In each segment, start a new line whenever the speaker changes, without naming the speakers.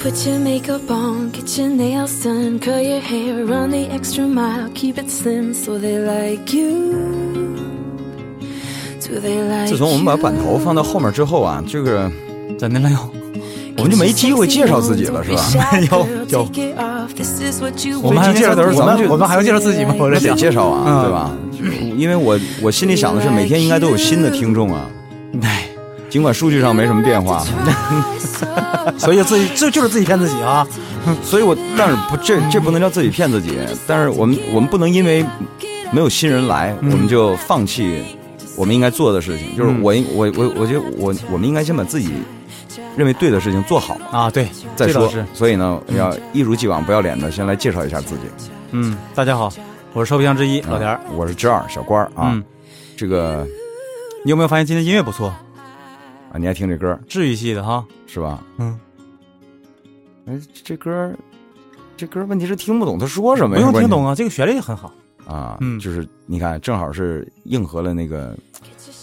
Put your makeup on, get your nails done, curl your hair, run the extra mile, keep it slim so they like you. Do they like
自从我们把板头放到后面之后啊，这个在那来我们就没机会介绍自己了，是吧？
有
有
有
我们还介绍的时候，
我
咱
们
们就
我们还要介绍自己吗？我在
那得
想，
介绍啊，
嗯
对吧？就因为我我心里想的是，每天应该都有新的听众啊，
哎，
尽管数据上没什么变化，
所以自己这就是自己骗自己啊。
所以我但是不这这不能叫自己骗自己，但是我们我们不能因为没有新人来，
嗯
我们就放弃我们应该做的事情。就是我应我我我觉得我我们应该先把自己认为对的事情做好
啊，对，
再
这倒
说
是。
所以呢，要一如既往不要脸的先来介绍一下自己。
嗯，大家好，我是臭皮匠之一老田儿。
啊我是之二小官儿啊
嗯，，
这个
你有没有发现今天音乐不错，
啊你爱听这歌儿
治愈系的哈？
是吧？
嗯，
哎，这歌儿这歌儿问题是听不懂他说什么呀？
不用听
关键
懂啊，这个旋律很好。
啊，
嗯
就是你看，正好是应和了那个，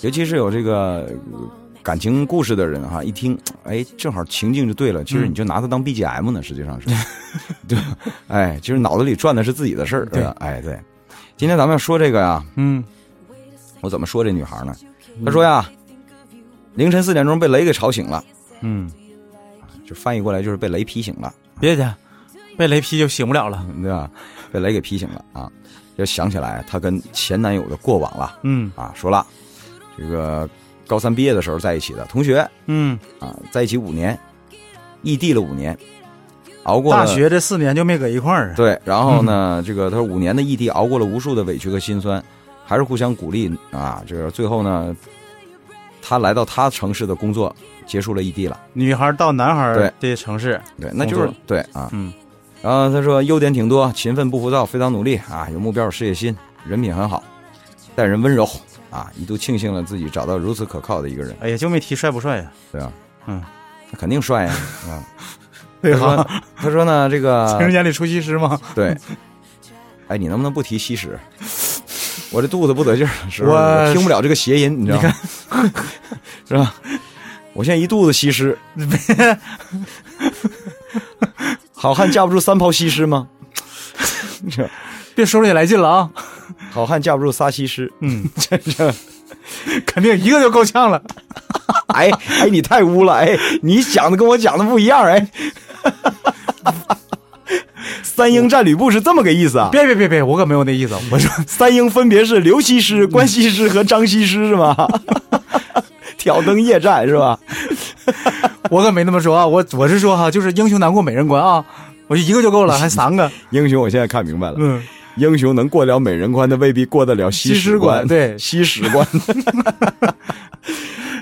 尤其是有这个呃感情故事的人哈，一听，哎，正好情境就对了。其实
嗯
你就拿它当 BGM 呢，实际上是， 对，哎，其实脑子里转的是自己的事儿，
对
吧哎，对。今天咱们要说这个呀，
嗯，
我怎么说这女孩呢？她说呀，凌晨四点钟被雷给吵醒了，
嗯，
就翻译过来就是被雷劈醒了。
别介，被雷劈就醒不了了。
对吧？被雷给劈醒了啊！就想起来她跟前男友的过往了
嗯
啊，说了，这个高三毕业的时候在一起的同学
嗯，
啊，在一起五年，异地了五年，熬过了
大学这四年就没搁一块儿啊。
对，然后呢，这个他说五年的异地，熬过了无数的委屈和心酸，还是互相鼓励啊。这个最后呢，他来到他城市的工作，结束了异地了。
女孩到男孩儿的城市，
对，那就是
工
对啊，
嗯。
然后他说优点挺多，勤奋不浮躁，非常努力啊，有目标有事业心，人品很好，待人温柔啊，一度庆幸了自己找到如此可靠的一个人，
哎呀，就没提帅不帅呀、
对啊，
嗯，
那肯定帅呀啊。
对
他 说，他说呢，这
情人
个
眼里出西施吗？
对，哎，你能不能不提西施？我这肚子不得劲儿，是吧？
我
我听不了这个谐音，你知道吗？ 是吧？我现在一肚子西 施，好汉架不住三泡西施吗？ 是吧
别说出也来劲了啊！
好汉架不住仨西施。
嗯，这这肯定一个就够呛了。
哎哎，你太污了！哎，你讲的跟我讲的不一样哎。 三英战吕布是这么个意思啊？
别别别别，我可没有那意思，我说
三英分别是刘西施、关西施和张西施是吗？ 挑灯夜战是吧？
我可没那么说啊，我我是说哈，就是英雄难过美人关啊，我就一个就够了， 还三个，
英雄，我现在看明白了，
嗯，
英雄能过了美人关的，未必过得了西
西施
施关。
关对
西施关。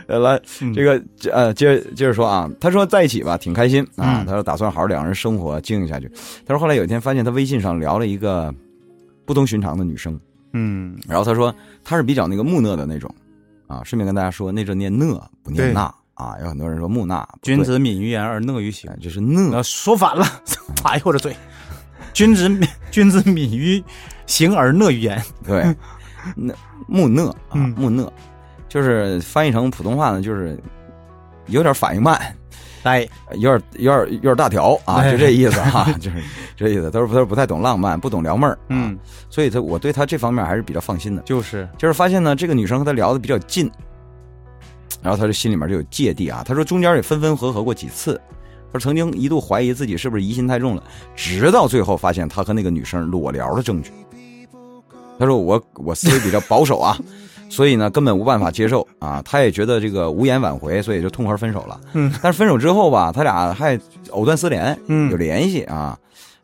呃来，
嗯
这个呃，接着接着说啊，他说在一起吧，挺开心啊。
嗯
他说打算好好两人生活，经营下去。他说后来有一天发现他微信上聊了一个不同寻常的女生，
嗯，
然后他说他是比较那个木讷的那种啊。顺便跟大家说，那阵念讷不念
对
讷啊，有很多人说木讷，不对
君子敏于言而讷于行
哎，就是讷
啊，说反了， 哎呦我这嘴，君子君子敏于行而讷于言，
对，那木讷啊
嗯，
木讷，就是翻译成普通话呢，就是有点反应慢，
来，
有点有点有点大条啊，
哎
就这意思 啊，就是这意思。他说他说不太懂浪漫，不懂撩妹儿，啊，
嗯，
所以他我对他这方面还是比较放心的。
就是，
就是发现呢，这个女生和他聊的比较近，然后他这心里面就有芥蒂啊。他说中间也分分合合过几次，他说曾经一度怀疑自己是不是疑心太重了，直到最后发现他和那个女生裸聊的证据。他说我我思维比较保守啊， 所以呢根本无办法接受啊。他也觉得这个无言挽回，所以就痛快分手了。
嗯，
但是分手之后吧，他俩还藕断丝连，
嗯
有联系啊。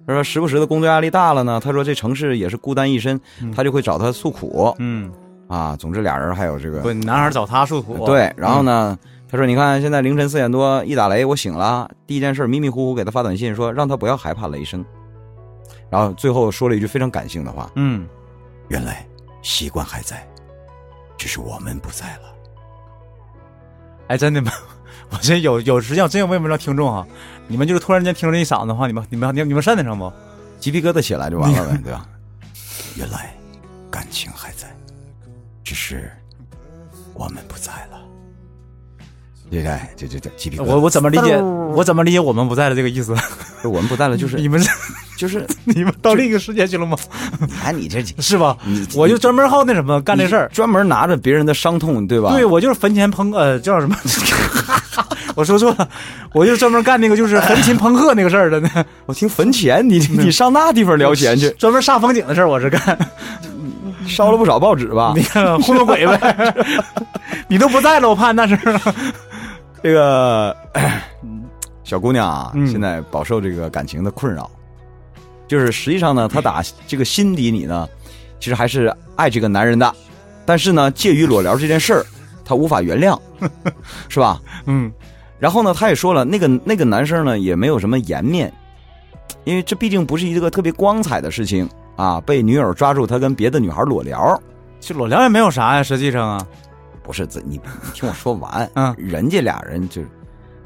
他说时不时的工作压力大了呢，他说这城市也是孤单一身，他就会找他诉苦。
嗯，
啊，总之俩人还有这
不，
个
男孩找他诉苦，，啊
对，然
嗯
后呢，他说你看现在凌晨四点多一打雷我醒了，第一件事迷迷糊糊给他发短信说让他不要害怕雷声，然后最后说了一句非常感性的话，
嗯，
原来习惯还在，只是我们不在了。
哎，真的吗？ 我这有有时间，我真有问不着听众啊，你们就是突然间听着一嗓子话，你们你们你们扇得上不？
鸡皮疙瘩起来就完了 呗，对吧？原来感情还在，只是我们不在了。这哎，这这这鸡皮疙
我
瘩。
我怎么理解？我怎么理解我们不在的这个意思？
就我们不在了，就
你
是
们
就是，
你们到另一个世界去 了吗？
哎，你这
是吧
你？
我就专门好那什么干这事儿。
专门拿着别人的伤痛，对吧？
对，我就是焚前朋呃叫什么？ 我说错了，我就是专门干那个就是焚琴朋克那个事儿的呢。
我听坟前，你你
嗯
上那地方聊钱 去，
专门煞风景的事儿，我是干。
烧了不少报纸吧
你？看糊弄鬼呗， 你都不在了，我怕那是。
这个哎 小姑娘啊，
嗯
现在饱受这个感情的困扰，就是实际上呢，她打这个心底里呢，其实还是爱这个男人的，但是呢，介于裸聊这件事儿，她无法原 谅，是吧？
嗯，
然后呢，她也说了，那个那个男生呢，也没有什么颜面，因为这毕竟不是一个特别光彩的事情啊，被女友抓住他跟别的女孩裸聊。
就裸聊也没有啥呀，实际上啊，，
不是，这你你听我说完
嗯
人家俩人就，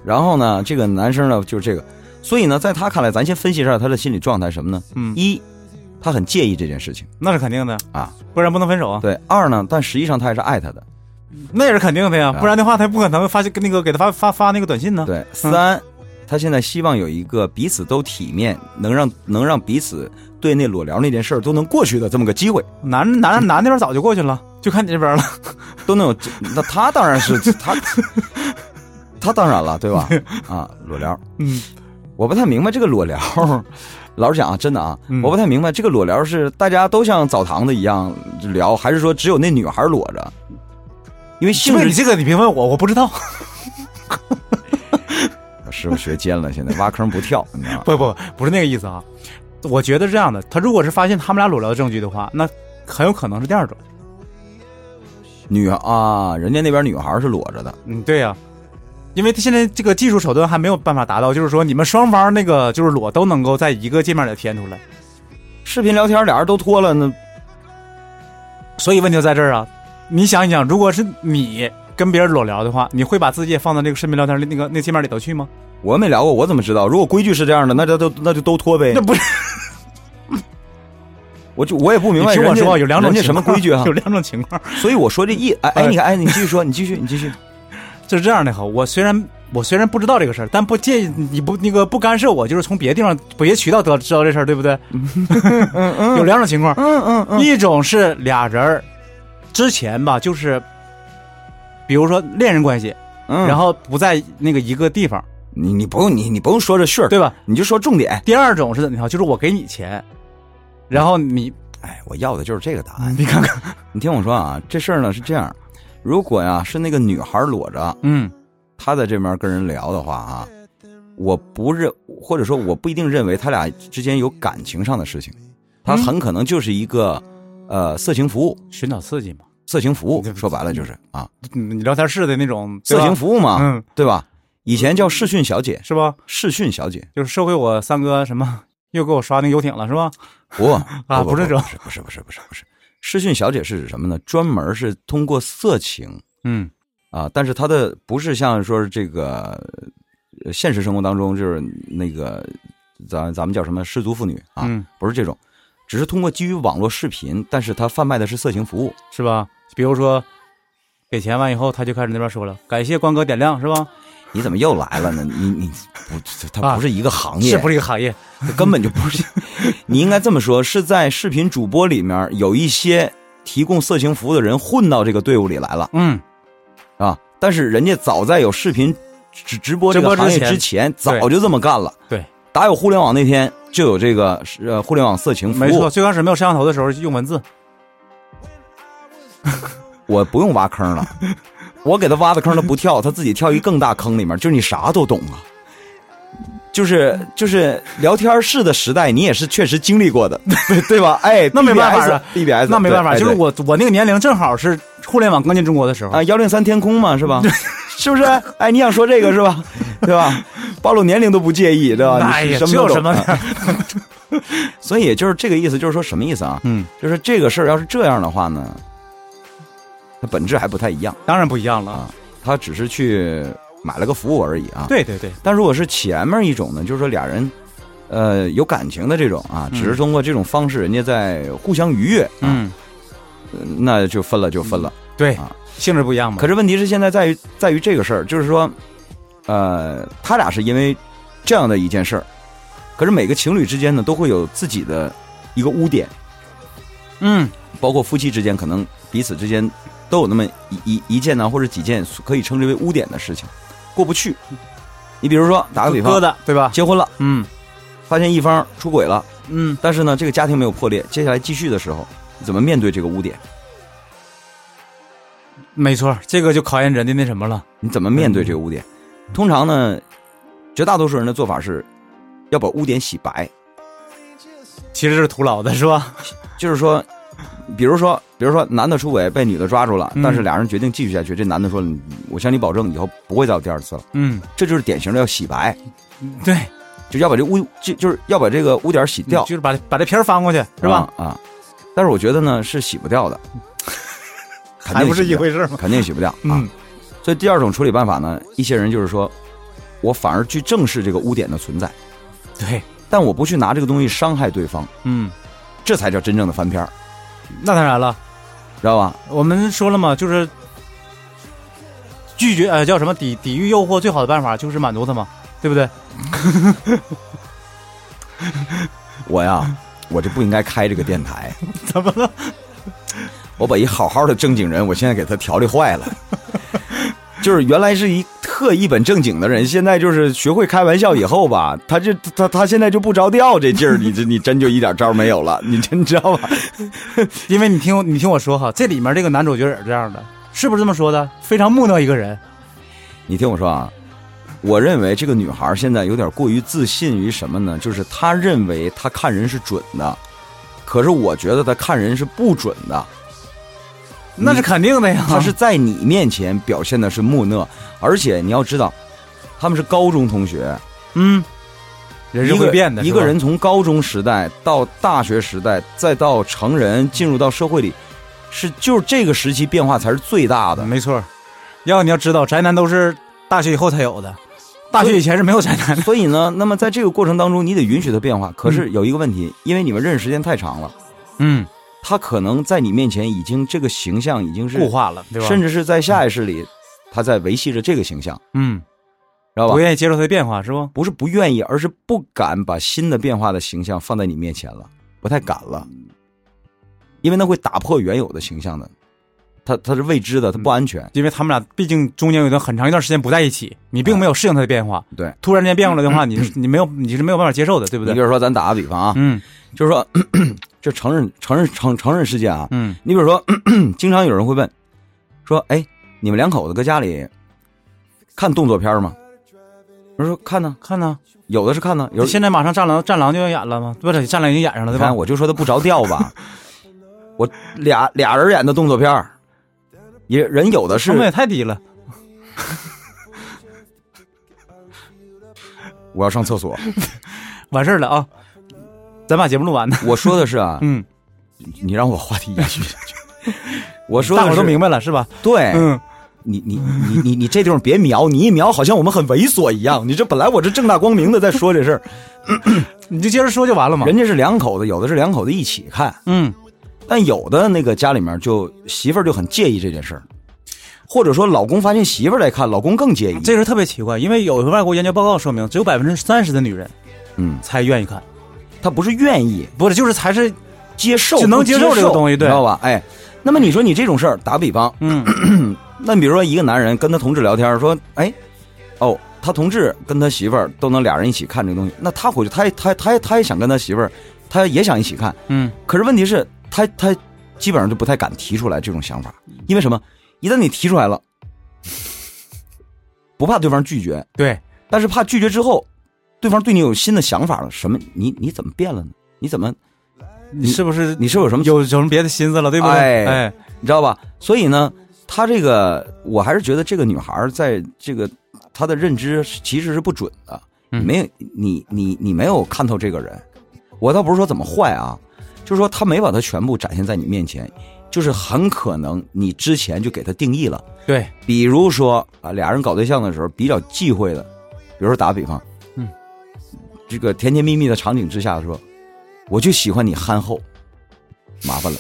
然后呢，这个男生呢就是这个，所以呢，在他看来，咱先分析一下他的心理状态是什么呢？
嗯
一，他很介意这件事情
那是肯定的，
啊，
不然不能分手啊。
对；二呢，但实际上他也是爱他的，
那也是肯定的呀，
啊
不然的话他也不可能发现那个给他发发发那个短信呢。
对；三，他现在希望有一个彼此都体面，能让能让彼此对那裸聊那件事儿都能过去的这么个机会，
男男男那边早就过去了，就看你这边了。
都能有。那他当然是他，他当然了，对吧？啊，裸聊。
嗯，
我不太明白这个裸聊， 老实讲啊，真的啊，
嗯
我不太明白这个裸聊是大家都像澡堂子一样聊，还是说只有那女孩裸着？因为性
为你
质，
这个你别问我，我不知道。
师傅学尖了，现在挖坑不跳，你 知道吗？
不不不是那个意思啊，我觉得是这样的，他如果是发现他们俩裸聊的证据的话，那很有可能是第二种。
女啊，人家那边女孩是裸着的，
嗯，对呀、因为现在这个技术手段还没有办法达到，就是说你们双方那个就是裸都能够在一个界面里填出来，
视频聊天俩人都脱了，那
所以问题就在这儿啊。你想一想，如果是你跟别人裸聊的话，你会把自己也放到那个视频聊天的那个那界面里头去吗？
我没聊过，我怎么知道？如果规矩是这样的，那就都那就都脱呗
那。不是，
我就我也不明白
你听
人
我
家
说啊，有两种
人家
情
什么
况？
规矩啊
有两种情况。
所以我说这一哎哎，
哎
你看哎，你继续说，你继续，你继续。
就是这样的哈，我虽然我虽然不知道这个事儿，但不介意你不那个不干涉我，就是从别的地方别渠道得知道这事儿，对不对？ 有两种情况，
嗯嗯嗯，
一种是俩人儿之前吧，就是比如说恋人关系，
嗯
然后不在那个一个地方，
你你不用你你不用说这事儿，
对吧？
你就说重点。
第二种是怎么样？就是我给你钱，然后你
哎，我要的就是这个答案。
你看看，
啊你听我说啊，这事儿呢是这样，如果呀是那个女孩裸着，
嗯，
她在这边跟人聊的话啊，我不认，或者说我不一定认为他俩之间有感情上的事情，他
嗯
很可能就是一个呃色情服务，
寻找刺激嘛，
色情服务
对，
说白了就是啊，
嗯你聊天室的那种
色情
服
服务嘛，
嗯，
对吧？以前叫视讯小姐，
是吧？
视讯小姐，
就是社会我三哥什么又给我刷那个游艇了，是吧？
不
啊
不
不是这种
不是不是不是不是不是，视讯小姐是指什么呢？专门是通过色情。
嗯
啊，但是他的不是像说是这个呃现实生活当中就是那个咱咱们叫什么失足妇女啊，
嗯，
不是这种，只是通过基于网络视频，但是他贩卖的是色情服务。
是吧？比如说给钱完以后，他就开始那边说了，感谢关哥点亮，是吧？
你怎么又来了呢？你你不，这它
啊
不是一个行业，
是不是一个行业？
它根本就不是。 你应该这么说，是在视频主播里面有一些提供色情服务的人混到这个队伍里来了
嗯，
啊，但是人家早在有视频直直播这
直
个
播之
行业
前
之前，
对
早就这么干了。
对。
打有互联网那天就有这个呃互联网色情服务，
嗯没错，最开始没有摄像头的时候用文字，
我不用挖坑了， 我给他挖的坑他不跳，他自己跳一更大坑里面，就是你啥都懂啊。就是就是聊天室的时代，你也是确实经历过的，对对 吧？哎，
那没办法啊
BBS，
那没办法，
对
就是我我那个年龄正好是互联网刚进中国的时候
啊，幺零三天空嘛，是 吧？是不是？哎，你想说这个是吧？对吧？暴露年龄都不介意，对吧？
哎
你
呀，
什
只
么
有
都懂
什么呢？
所以也就是这个意思，就是说什么意思啊？
嗯，
就是这个事儿要是这样的话呢，它本质还不太一样，
当然不一样了。
啊它只是去买了个服务而已啊。
对对对，
但如果是前面一种呢，就是说俩人，呃，有感情的这种啊，
嗯
只是通过这种方式，人家在互相愉悦，啊，
嗯，
那就分了就分了。
对
啊
性质不一样嘛。
可是问题是现在在于在于这个事儿，就是说，呃，他俩是因为这样的一件事儿，可是每个情侣之间呢都会有自己的一个污点，
嗯，
包括夫妻之间可能彼此之间都有那么一一一件呢或者几件可以称之为污点的事情，过不去。你比如说打个比
疙
方，
瘩对吧？
结婚了，
嗯
发现一方出轨了，
嗯，
但是呢这个家庭没有破裂，接下来继续的时候，你怎么面对这个污点？
没错，这个就考验人的那什么了。
你怎么面对这个污点？通常呢，绝大多数人的做法是要把污点洗白，
其实是徒劳的，是吧？
就是说，比如说，比如说男的出轨被女的抓住了，
嗯
但是俩人决定继续下去，这男的说：“嗯我向你保证，以后不会再有第二次了。
嗯，”
这就是典型的要洗白，
对，
就要把这污就就是要把这个污点洗掉，
就是把把这皮儿翻过去，是吧？
啊？啊但是我觉得呢，是洗不 掉的，肯定
还不是
洗
一
掉
回事儿吗？
肯定洗不掉啊
嗯。
所以第二种处理办法呢，一些人就是说，我反而去正视这个污点的存在。
对，
但我不去拿这个东西伤害对方，
嗯，
这才叫真正的翻篇儿，
那当然了，
知道吧？
我们说了嘛，就是拒绝呃叫什么抵抵御诱惑最好的办法就是满足他嘛，对不对？
我呀，我就不应该开这个电台，
怎么了？
我把一好好的正经人，我现在给他调理坏了。就是原来是一特一本正经的人，现在就是学会开玩笑以后吧，他这他他现在就不着调这劲儿，你这你真就一点招没有了，你真知道吧？
因为你听我你听我说哈，这里面这个男主角也是这样的，是不是这么说的？非常木讷一个人，
你听我说啊，我认为这个女孩现在有点过于自信于什么呢？就是她认为她看人是准的，可是我觉得她看人是不准的。
那嗯是肯定的呀。
他是在你面前表现的是木讷，而且你要知道，他们是高中同学，
嗯，人是
一个
会变的，
一
是吧
个人从高中时代到大学时代，再到成人，进入到社会里，是就是这个时期变化才是最大的。
没错。要你要知道，宅男都是大学以后才有的，大学以前是没有宅男的。
所以呢，那么在这个过程当中，你得允许他变化。可是有一个问题，因为你们认识时间太长了，
嗯，
他可能在你面前已经这个形象已经是
固，化了，对吧？
甚
至
至是在下意识里，他在维系着这个形象，
嗯，
知道吧
不？愿意接受他的变化，是不？
不是不愿意，而是不敢把新的变化的形象放在你面前了，不太敢了，因为那会打破原有的形象的，它它是未知的，它不安全。
因为他们俩毕竟中间有一段很长一段时间不在一起，你并没有适应他的变化。
对，
突然间变过来的话，你是你没有你是没有办法接受的，嗯对不
你
对
比？如说，咱打个比方啊，
嗯
就是说， 这承认承认承承认事件啊，
嗯
你比如说， 咳咳经常有人会问，说，哎，你们两口子搁家里看动作片吗？我说看呢，
看呢，
有的是看呢，有的
现在马上战狼战狼就要演了吗？不是，战狼已经演上了，
你
对
看
吧？
我就说他不着调 吧，我俩俩人演的动作片儿也人有的是
成本也太低了，
我要上厕所。
完事儿了啊！咱把节目录完呢。
我说的是啊，
嗯，
你让我话题延续下去。 我说的
大
是
伙儿都明白了是吧？
对，
嗯，
你你你你你这地方别瞄，你一瞄好像我们很猥琐一样。你这本来我这正大光明的在说这事 儿，
你就接着说就完了嘛。
人家是两口子，有的是两口子一起看，
嗯，
但有的那个家里面就媳妇儿就很介意这件事儿，或者说老公发现媳妇儿来看，老公更介意。
这事儿特别奇怪，因为有一个外国研究报告说明，只有百分之三十的女人
嗯，
才愿意看，
他不是愿意
不是就是才是
接受，
只能
不接
接受这个东西
你知
对
道吧？哎，那么你说你这种事儿，打个比方，
嗯
那比如说一个男人跟他同志聊天，说，哎，哦，他同志跟他媳妇儿都能俩人一起看这个东西，那他回去，他也他他也他也想跟他媳妇儿，他也想一起看，
嗯，
可是问题是，他他基本上就不太敢提出来这种想法，因为什么？一旦你提出来了，不怕对方拒绝，
对，
但是怕拒绝之后，对方对你有新的想法了，什么？你你怎么变了呢？你怎么？
你是不是
你是不是有什么
有有什么别的心思了，对不对？
哎
哎，
你知道吧？所以呢，她这个，我还是觉得这个女孩儿在这个她的认知其实是不准的，
嗯
没有你你你没有看透这个人。我倒不是说怎么坏啊，就是说她没把她全部展现在你面前，就是很可能你之前就给她定义了。
对，
比如说啊，俩人搞对象的时候比较忌讳的，比如说打个比方，
嗯，
这个甜甜蜜蜜的场景之下说，我就喜欢你憨厚，麻烦了，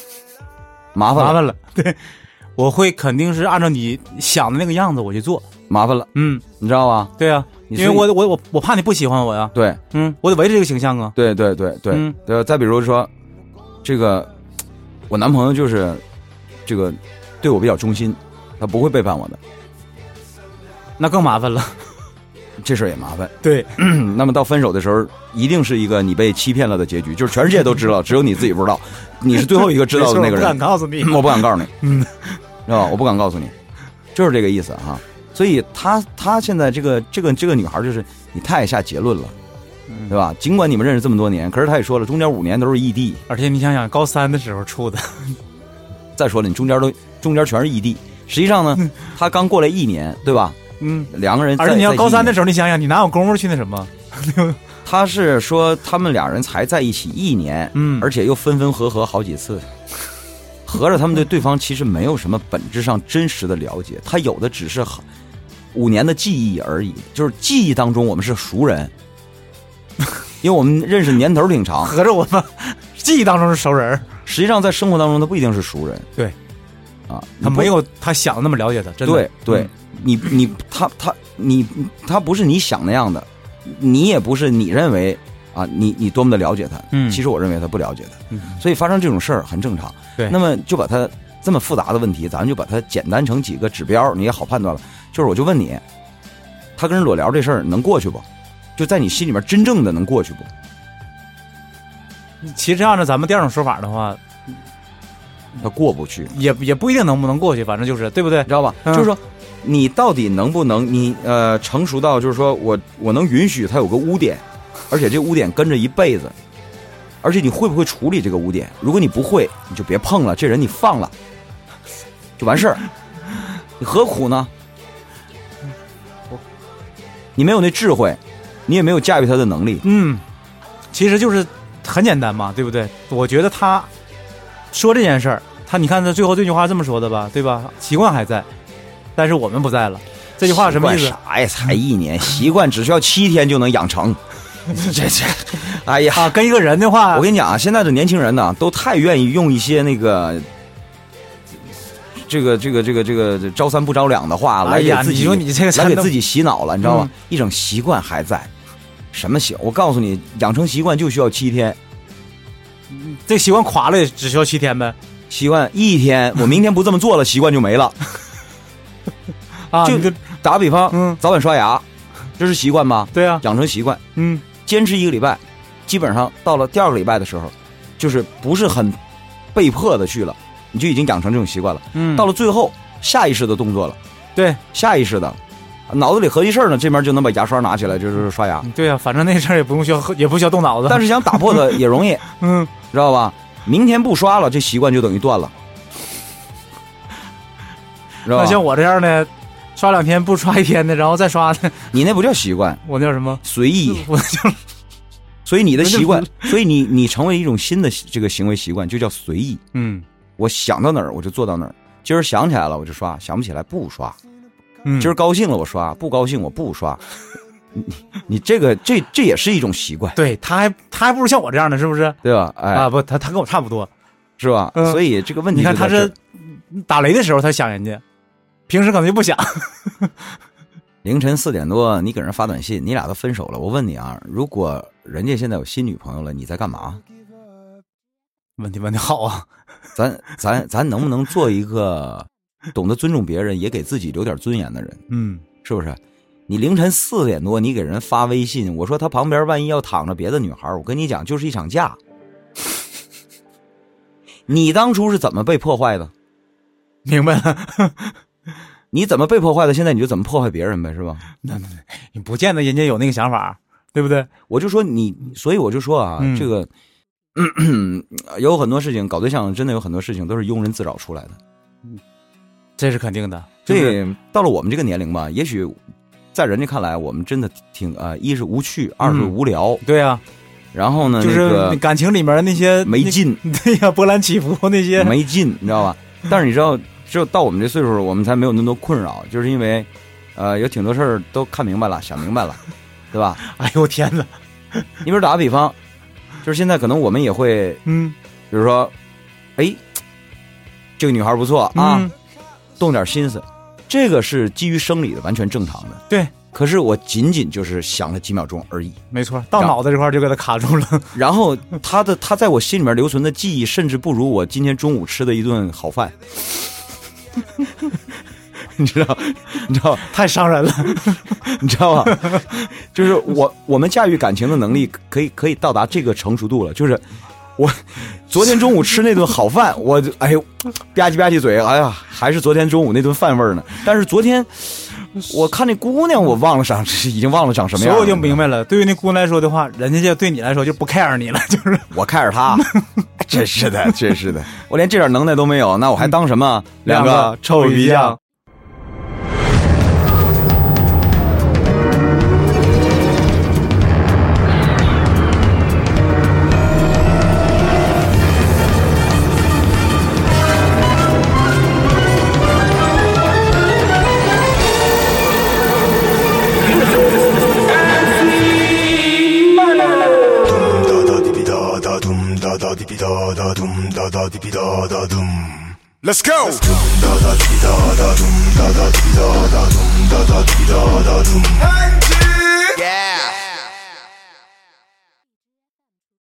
麻烦了
麻，烦了，对，我会肯定是按照你想的那个样子我去做。
麻烦了，
嗯，
你知道吧？
对啊，
你
因为
所以
我我我我怕你不喜欢我呀。
对
嗯，我得维持这个形象啊。
对对对对，
嗯
呃，再比如说，这个我男朋友就是这个对我比较忠心，他不会背叛我的，
那更麻烦了。
这事儿也麻烦。嗯
对，
那么到分手的时候，一定是一个你被欺骗了的结局，就是全世界都知道，只有你自己不知道，你是最后一个知道的那个人。
告诉你
我不敢告诉你，嗯，知道吧？我不敢告诉你，就是这个意思哈、所以她她现在这个这个这个女孩就是你太下结论了，
嗯
对吧？尽管你们认识这么多年，可是她也说了，中间五年都是异地。
而且你想想，高三的时候处的，
再说了，你中间都中间全是异地。实际上呢，她刚过来一年，对吧？
嗯，
两个人在，
而且你要高三的
时
时候，你想想，你哪有功夫去那什么？
候，她是说他们俩人才在一起一年，
嗯
而且又分分合合好几次。合着他们对对方其实没有什么本质上真实的了解，他有的只是很五年的记忆而已，就是记忆当中我们是熟人，因为我们认识年头挺长，
合着我们记忆当中是熟人儿，
实际上在生活当中他不一定是熟人，
对，
啊，你
他
不
没有他想的那么了解他，真的。
对对
嗯，
你你他他你他不是你想那样的，你也不是你认为啊，你你多么的了解他，
嗯
其实我认为他不了解他，
嗯
所以发生这种事儿很正常。
对
那么就把它这么复杂的问题，咱们就把它简单成几个指标，你也好判断了。就是我就问你，他跟人裸聊这事儿能过去不？就在你心里面真正的能过去不？
其实按照咱们第二种说法的话，
他过不去，
也也不一定能不能过去，反正就是对不对
你？知道吧？
嗯
就是说，你到底能不能你呃成熟到就是说我我能允许他有个污点，而且这污点跟着一辈子，而且你会不会处理这个污点？如果你不会，你就别碰了， 这人你放了，就完事儿，你何苦呢？你没有那智慧，你也没有驾驭他的能力。
嗯，其实就是很简单嘛，对不对？我觉得他说这件事儿，他你看他最后这句话这么说的吧，对吧？习惯还在，但是我们不在了。这句话什么意
习
思？
惯啥呀？才一年，习惯只需要七天就能养成。 这这，哎呀，
啊，跟一个人的话，
我跟你讲啊，现在的年轻人呢，都太愿意用一些那个。这个这个这个这个招三不招两的话来
哎
给
呀，
自
你
己、
说你这个
来
嗯真
给
的
自己洗脑了，你知道吗？一整习惯还在，什么习？我告诉你，养成习惯就需要七天，
这习惯垮了，也只需要七天呗。
习惯一天，我明天不这么做了，习惯就没了。
啊，
就
你就
打个比方，
嗯
早晚刷牙，这是习惯吗？
对啊，
养成习惯，
嗯，
坚持一个礼拜，基本上到了第二个礼拜的时候，就是不是很被迫的去了，你就已经养成这种习惯了。
嗯
到了最后下意识的动作了，
对
下意识的，脑子里合计事儿呢，这边就能把牙刷拿起来，就是刷牙。
对啊，反正那事儿也不用需要，也不需要动脑子。
但
是，
是想打破它也容易，
嗯，
知道吧？明天不刷了，这习惯就等于断了，知道
那像
吧？
我这样的，刷两天不刷一天的，然后再刷的，
你那不叫习惯，
我那叫什么？
随意。
我就
所以你的习惯，所以你你成为一种新的这个行为习惯，就叫随意。
嗯
我想到哪儿我就做到哪儿。今儿想起来了我就刷，想不起来不刷。
嗯，
今儿高兴了我刷，不高兴我不刷。你你这个这这也是一种习惯，
对，他还他还不如像我这样的，是不是？
对吧？哎，
啊，不，他他跟我差不多。
是吧？
嗯
所以这个问题
你看
就在
他
这
是
儿
打雷的时候他想人家，平时可能就不想。
凌晨四点多，你给人发短信，你俩都分手了。我问你啊，如果人家现在有新女朋友了，你在干嘛？
问题问的好啊，
咱 咱咱能不能做一个懂得尊重别人，也给自己留点尊严的人？
嗯，
是不是？你凌晨四点多，你给人发微信，我说他旁边万一要躺着别的女孩，我跟你讲，就是一场架。 你当初是怎么被破坏的？
明白了。
你怎么被破坏的？现在你就怎么破坏别人呗，是吧？
你不见得人家有那个想法，对不对？
我就说你，所以我就说啊，
嗯
这个 咳咳有很多事情，搞对象真的有很多事情都是庸人自扰出来的。
这是肯定的。
所
就是
以到了我们这个年龄吧，也许在人家看来，我们真的挺啊、呃一是无趣，二是无聊，
对啊，
然后呢，
就是
那个
感情里面那些
没劲，
对呀、波澜起伏那些，
没劲，你知 道吧？但是你知道，只有到我们这岁数，我们才没有那么多困扰，就是因为呃，有挺多事儿都看明白了，想明白了，对吧？
哎呦我天哪，
你比如打个比方，就是现在可能我们也会
嗯
比如说，哎，这个女孩不错啊，
嗯
动点心思，这个是基于生理的，完全正常的。
对，
可是我仅仅就是想了几秒钟而已，
没错，到脑袋这块儿就给它卡 住了。
然后他的他在我心里面留存的记忆，甚至不如我今天中午吃的一顿好饭。 你知道，你知道，
太伤人了。
你知道吧？ 就是我我们驾驭感情的能力，可以可以到达这个成熟度了。就是我昨天中午吃那顿好饭，我就哎呦吧唧吧唧嘴，哎呀，还是昨天中午那顿饭味儿呢。但是昨天我看那姑娘，我忘了长，已经忘了长什么
所以
样了。啊
我就明白了，对于那姑娘来说的话，人家就对你来说就不 care 你了，就是
我看着 他，真是的，真是的，我连这点能耐都没有，那我还当什么两个臭
臭
皮匠
匠？。
Dum da da di bi da da dum da da di bi da da dum da da di bi da da dum. Let's go. Dum da da di bi da da dum da da di bi da da dum da da di bi da da dum.